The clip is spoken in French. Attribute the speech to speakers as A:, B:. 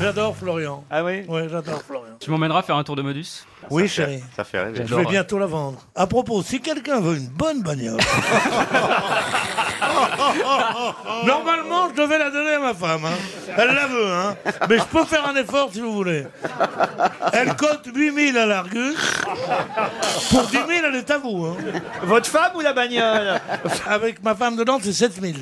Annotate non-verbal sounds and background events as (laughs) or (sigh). A: J'adore Florian.
B: Ah oui
A: Ouais, j'adore Florian.
C: Tu m'emmèneras faire un tour de modus
A: Oui, chérie.
D: Ça fait rêver.
A: Je vais bientôt la vendre. À propos, si quelqu'un veut une bonne bagnole. (laughs) Normalement, je devais la donner à ma femme. hein. Elle la veut, hein. Mais je peux faire un effort si vous voulez. Elle cote 8000 à l'Argus. Pour 10 000, elle est à vous. hein.
B: Votre femme ou la bagnole
A: Avec ma femme dedans, c'est 7000.